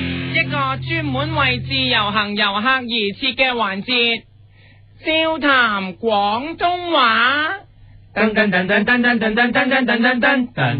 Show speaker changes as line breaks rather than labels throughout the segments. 一個專門為自由行遊客而設嘅環節，笑談廣東話。
噔噔噔噔噔噔噔噔噔噔噔噔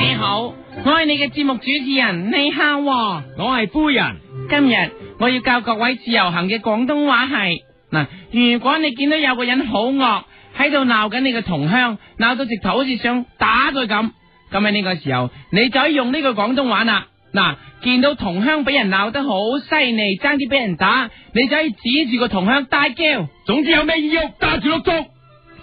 你好，我係你嘅節目主持人，你好喎、
我係夫人，
今日我要教各位自由行嘅廣東話係嗱，如果你見到有個人好惡喺度鬧緊你嘅同鄉，鬧到直頭好似想打佢咁，咁喺呢個時候你就可以用呢句廣東話啦。嗱，見到同鄉俾人鬧得好犀利，爭啲俾人打，你就可以指住個同鄉大叫。
總之有咩意欲揸住碌竹。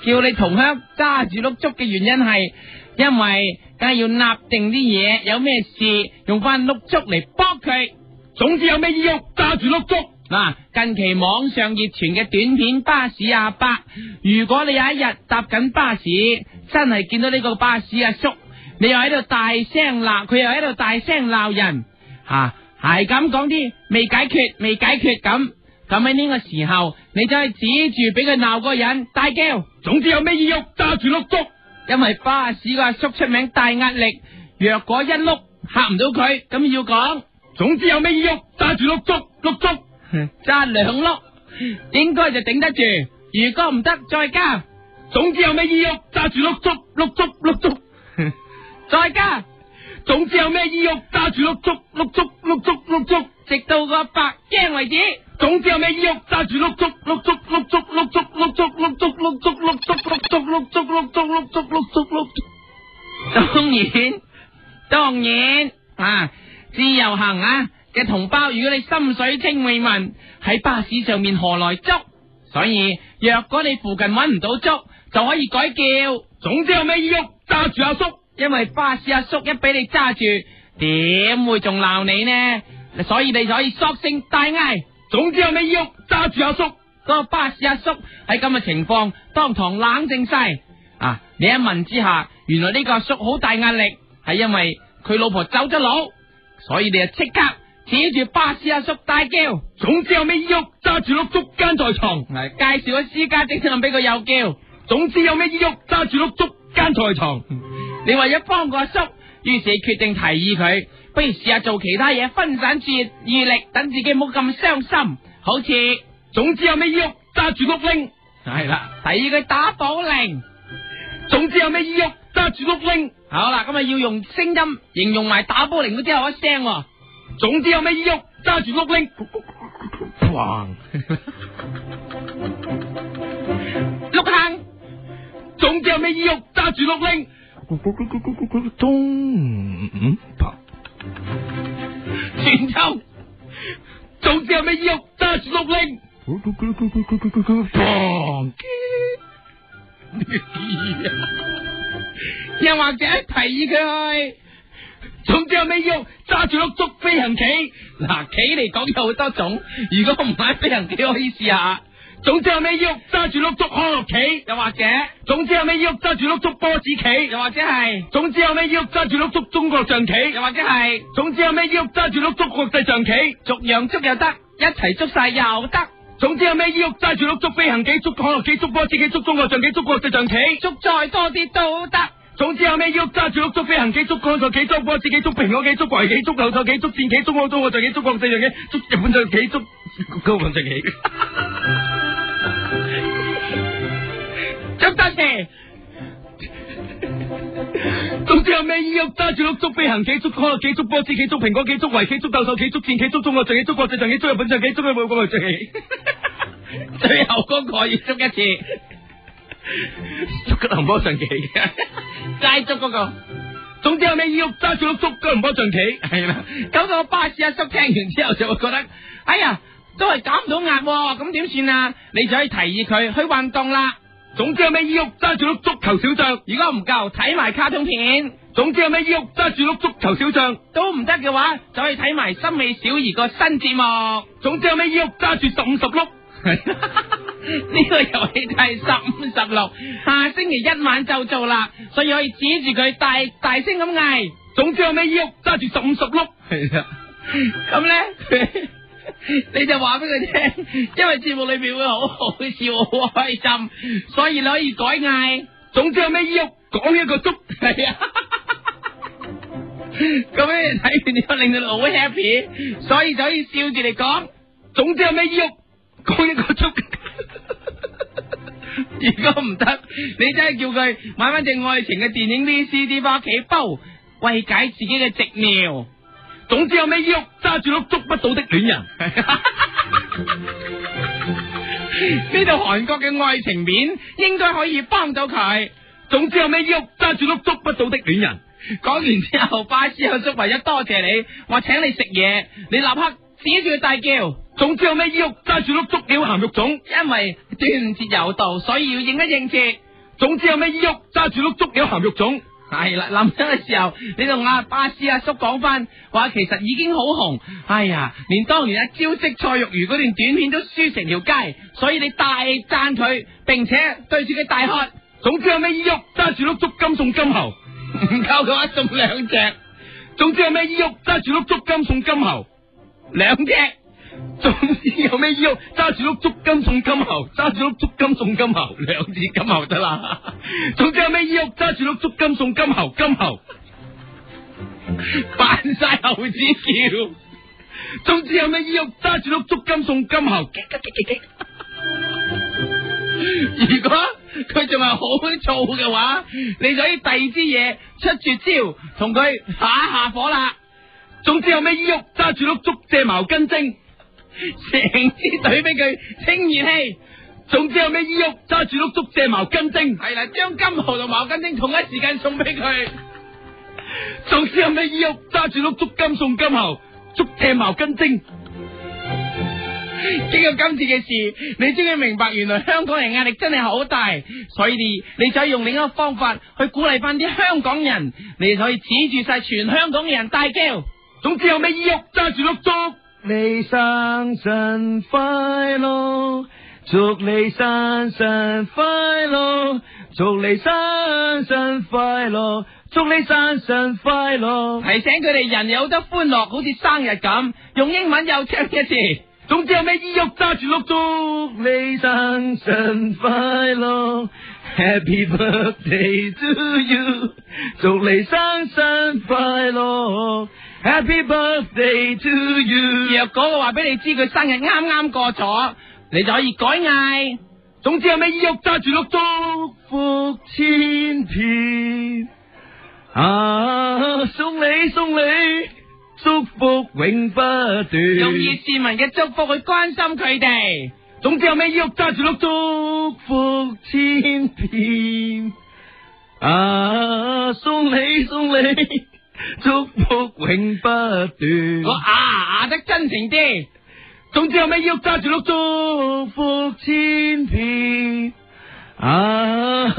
叫你同鄉揸住碌竹嘅原因係，因為梗係要立定啲嘢，有咩事用翻碌竹嚟搏佢。
總之有咩意欲揸住碌竹。
嗱，近期網上熱傳嘅短片巴士阿伯，如果你有一日搭緊巴士，真係見到呢個巴士阿叔，你又喺度大聲鬧，佢又喺度大聲鬧人，吓係咁講啲未解決、未解決咁，咁喺呢個時候，你就係指住俾佢鬧嗰個人大叫。
總之有咩意欲揸住碌竹。
因為巴士個阿叔出名大壓力，若果一碌嚇唔到佢，咁要講
總之有咩意欲揸住碌竹碌竹。
揸兩碌，應該就頂得住。如果唔得，再加，
總之有咩意欲揸住碌竹碌竹碌竹。
再加，
總之有咩意欲揸住碌竹碌竹碌竹碌竹。
直到個白驚為止。
總之有咩意欲揸住碌竹碌竹碌竹碌竹碌竹碌竹碌竹碌竹碌竹碌竹碌竹碌竹碌竹碌竹。
當然，當然啊，自由行啊嘅同胞，如果你心水清未泯，喺巴士上面何來竹？所以若果你附近揾唔到竹，就可以改叫。
總之有咩意欲揸住阿叔。
因為巴士阿叔一俾你揸住，點會仲鬧你呢？所以你就可以索性大嗌。
總之有咩意欲揸住阿叔。
個巴士阿叔喺咁嘅情況，當堂冷靜晒。啊！你一問之下，原來呢個阿叔好大壓力，係因為佢老婆走咗佬，所以你就即刻指住巴士阿叔大叫。
總之有咩意欲揸住碌竹間在床。
係介紹咗私家偵探俾佢又叫。
總之有咩意欲揸住碌竹間在床。
你為咗幫個阿叔，於是決定提議佢，不如試下做其他嘢分散注意力，等自己唔好咁傷心。好似
總之有咩意欲揸住碌拎。
係啦，提議佢打保齡。
總之有咩意欲揸住碌拎。
好啦，咁啊要用聲音形容埋打保齡嗰之後一聲喎。
總之有咩意欲揸住碌拎。
哇！碌坑
總之有咩意欲揸住碌拎。
咚，啪，
全抽，
總之有咩意欲揸住碌拎。
砰，
又或者提議佢去。
總之有咩意欲揸住碌竹飛行棋。
嗱，棋嚟講有好多種，如果唔買飛行棋可以試下，
總之有咩意欲揸住碌竹康樂棋。
又或者，
總之有咩意欲揸住碌竹波子棋。
又或者係，
總之有咩意欲揸住碌竹中國象棋。
又或者係，
總之有咩意欲揸住碌竹國際象棋。
逐樣捉又得，一齊捉晒又得，
總之有咩意欲揸住碌竹飛行棋、捉可樂棋、捉波子棋、捉中國象棋、捉國際象棋。
捉再多啲都得。
總之有咩意欲揸住碌竹飛行棋、捉可樂棋、捉波子棋、捉蘋果棋、捉圍棋、捉牛頭棋、捉戰棋、捉澳洲象棋、捉國際象棋、捉日本象棋、捉高雲象棋。
捉得嘅，
總之有咩意欲揸住碌竹飛行棋、捉可樂棋、捉波子棋、捉蘋果棋、捉圍棋、捉鬥獸棋、捉戰棋、捉中國象棋、捉國際象棋、捉日本象棋、捉澳洲象棋。
最後嗰個要捉一次，
捉吉林波象棋嘅。
齋捉嗰個。
總之有咩意欲揸住碌竹吉林波象棋。
係啦，咁個巴士阿叔聽完之後就會覺得，哎呀，都係減唔到壓喎，咁點算啊？你就可以提議佢去運動啦。
總之有咩意欲揸住碌足球小將，
如果唔夠，睇埋卡通片
總之有咩意欲揸住碌足球小將，
都唔得嘅話，就可以睇埋森美小儀個新節目。
總之有咩意欲揸住十五十六，
呢個遊戲就係十五十六，下星期一晚就做啦，所以可以指住佢大大聲咁嗌。
總之有咩意欲揸住十五十六，
係啦，咁咧 你就話俾佢聽，因為節目裏邊會好好笑、好開心，所以你可以改嗌。啊
總之有咩意欲講一個足，
係啊，咁樣睇完之後令到你好 happy，所以就可以笑住嚟講。
總之有咩喐，講一個足。
如果唔得，你真係叫佢買翻隻愛情嘅電影 VCD 翻屋企煲，慰解自己嘅寂寥。
總之有咩喐，揸住碌捉不到的戀人。
呢度韓國嘅愛情片應該可以幫到佢。
總之有咩喐，揸住碌捉不到的戀人。
講完之後，巴斯有叔為咗多謝你，話請你食嘢，你立刻指住佢大叫。
總之有咩喐，揸住碌捉了鹹肉粽。
因為端午節有到，所以要應一應節。
總之有咩喐，揸住碌捉了鹹肉粽。
係啦，臨走嘅時候，你同阿巴斯阿叔講翻，話其實已經好紅。哎呀，連當年阿招式蔡玉如嗰段短片都輸成條街，所以你大讚佢，並且對住佢大喝，
總之有咩喐，揸住碌捉金送金猴。
唔夠嘅話送兩隻。
總之有咩喐，揸住碌捉金送金猴。
兩隻。
總之 有咩喐，揸住碌捉金送金猴，揸住碌捉金送金猴，兩隻金猴 得啦。總之有咩喐，揸住碌捉金送金猴，金猴
扮晒猴子叫。
總之有咩喐，揸住碌捉金送金猴。
如果佢仲係好燥嘅話，你就可以第二支嘢出絕招，同佢打下火啦。
總之有咩喐，揸住碌竹借茅根精，
成支懟俾佢清熱氣。
總之有咩喐，揸住碌竹借茅根精，
係啦，將金毫同茅根精同一時間送俾佢。
總之有咩喐，揸住碌竹金送金猴，竹借茅根精。
經過今次嘅事，你終於明白原來香港人壓力真係好大，所以你你就用另一個方法去鼓勵翻啲香港人，你就可以指住晒全香港嘅人大叫。
總之有咩喐，揸住碌竹。
你生辰快樂，祝你生辰快樂，祝你生辰快樂，祝你生辰快樂。
提醒佢哋人有得歡樂，好似生日咁，用英文又唱一次。
總之有咩喐，揸住碌竹。
你生辰快樂，Happy Birthday to you，祝你生辰快樂，Happy Birthday to you。
若果我話俾你知佢生日啱啱過咗，你就可以改嗌。
總之有咩喐，揸住碌竹。
福千遍啊，送你送你。祝福永不斷，
用熱市民嘅祝福去關心佢哋。
總之有咩喐，揸住碌
祝福千遍啊！送你送你，祝福永不斷。
我啊啊得真誠啲。
總之有咩喐，揸住碌
祝福千遍啊！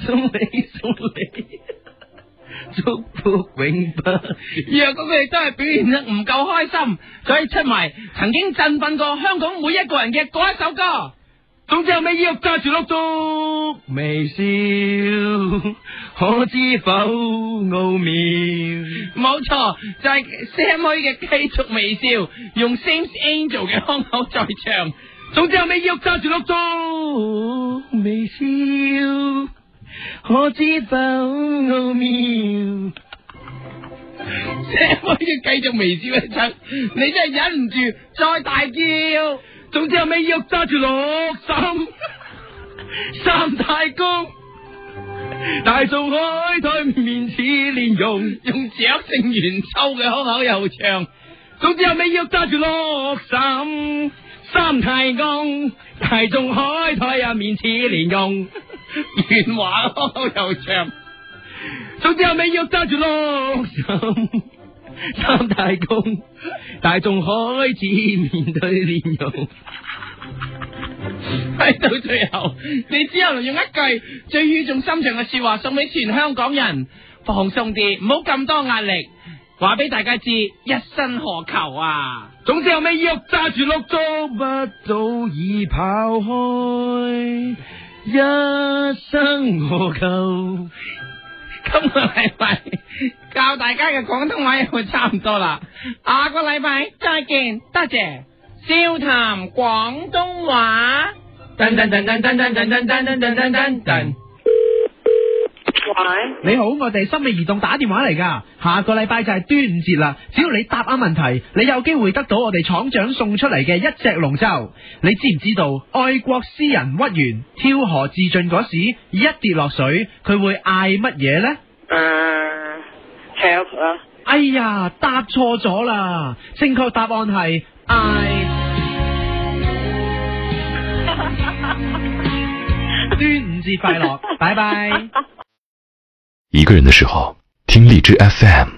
送你送你。祝福永不。
若果佢哋真係表現得唔夠開心，所以出埋曾經振奮過香港每一個人嘅嗰一首歌。
總之有咩喐，揸住碌竹，
微笑，可知否奧妙？
冇錯，就係、是、Sam 虛嘅繼續微笑，用 Sam's Angel 嘅腔口再唱。
總之有咩喐，揸住碌竹，
微笑。可知否奧妙？
社會要繼續微笑一陣，你真係忍唔住再大叫。
總之有咩喐，揸住六三三太公，
大眾海灘面似蓮蓉，
用雀性圓抽嘅胸口又唱。
總之有咩喐，揸住六三三太公，大眾海灘啊面似蓮蓉。
原話咯，又唱。
總之後尾要揸 住碌
三三大公，大眾開始面對面容。
喺到最後，你只能用一句最語重心長嘅說話送俾全香港人：放鬆啲，唔好咁多壓力。話俾大家知，一生何求啊！
總之後尾要揸住碌
捉不早已跑開。一生何求？
今個禮拜教大家嘅廣東話又差唔多啦，下個禮拜再見，多謝笑談廣東話。
喂，
你好，我哋心理移動打電話嚟噶，下個禮拜就係端午節啦。只要你答啱問題，你有機會得到我哋廠長送出嚟嘅一隻龍舟。你知唔知道愛國詩人屈原跳河自盡嗰時，一跌落水，佢會嗌乜嘢呢？
嗯，help 啦，
哎呀，答錯咗啦！正確答案係嗌。端午節快樂，拜拜。
一个人的时候，听荔枝 FM。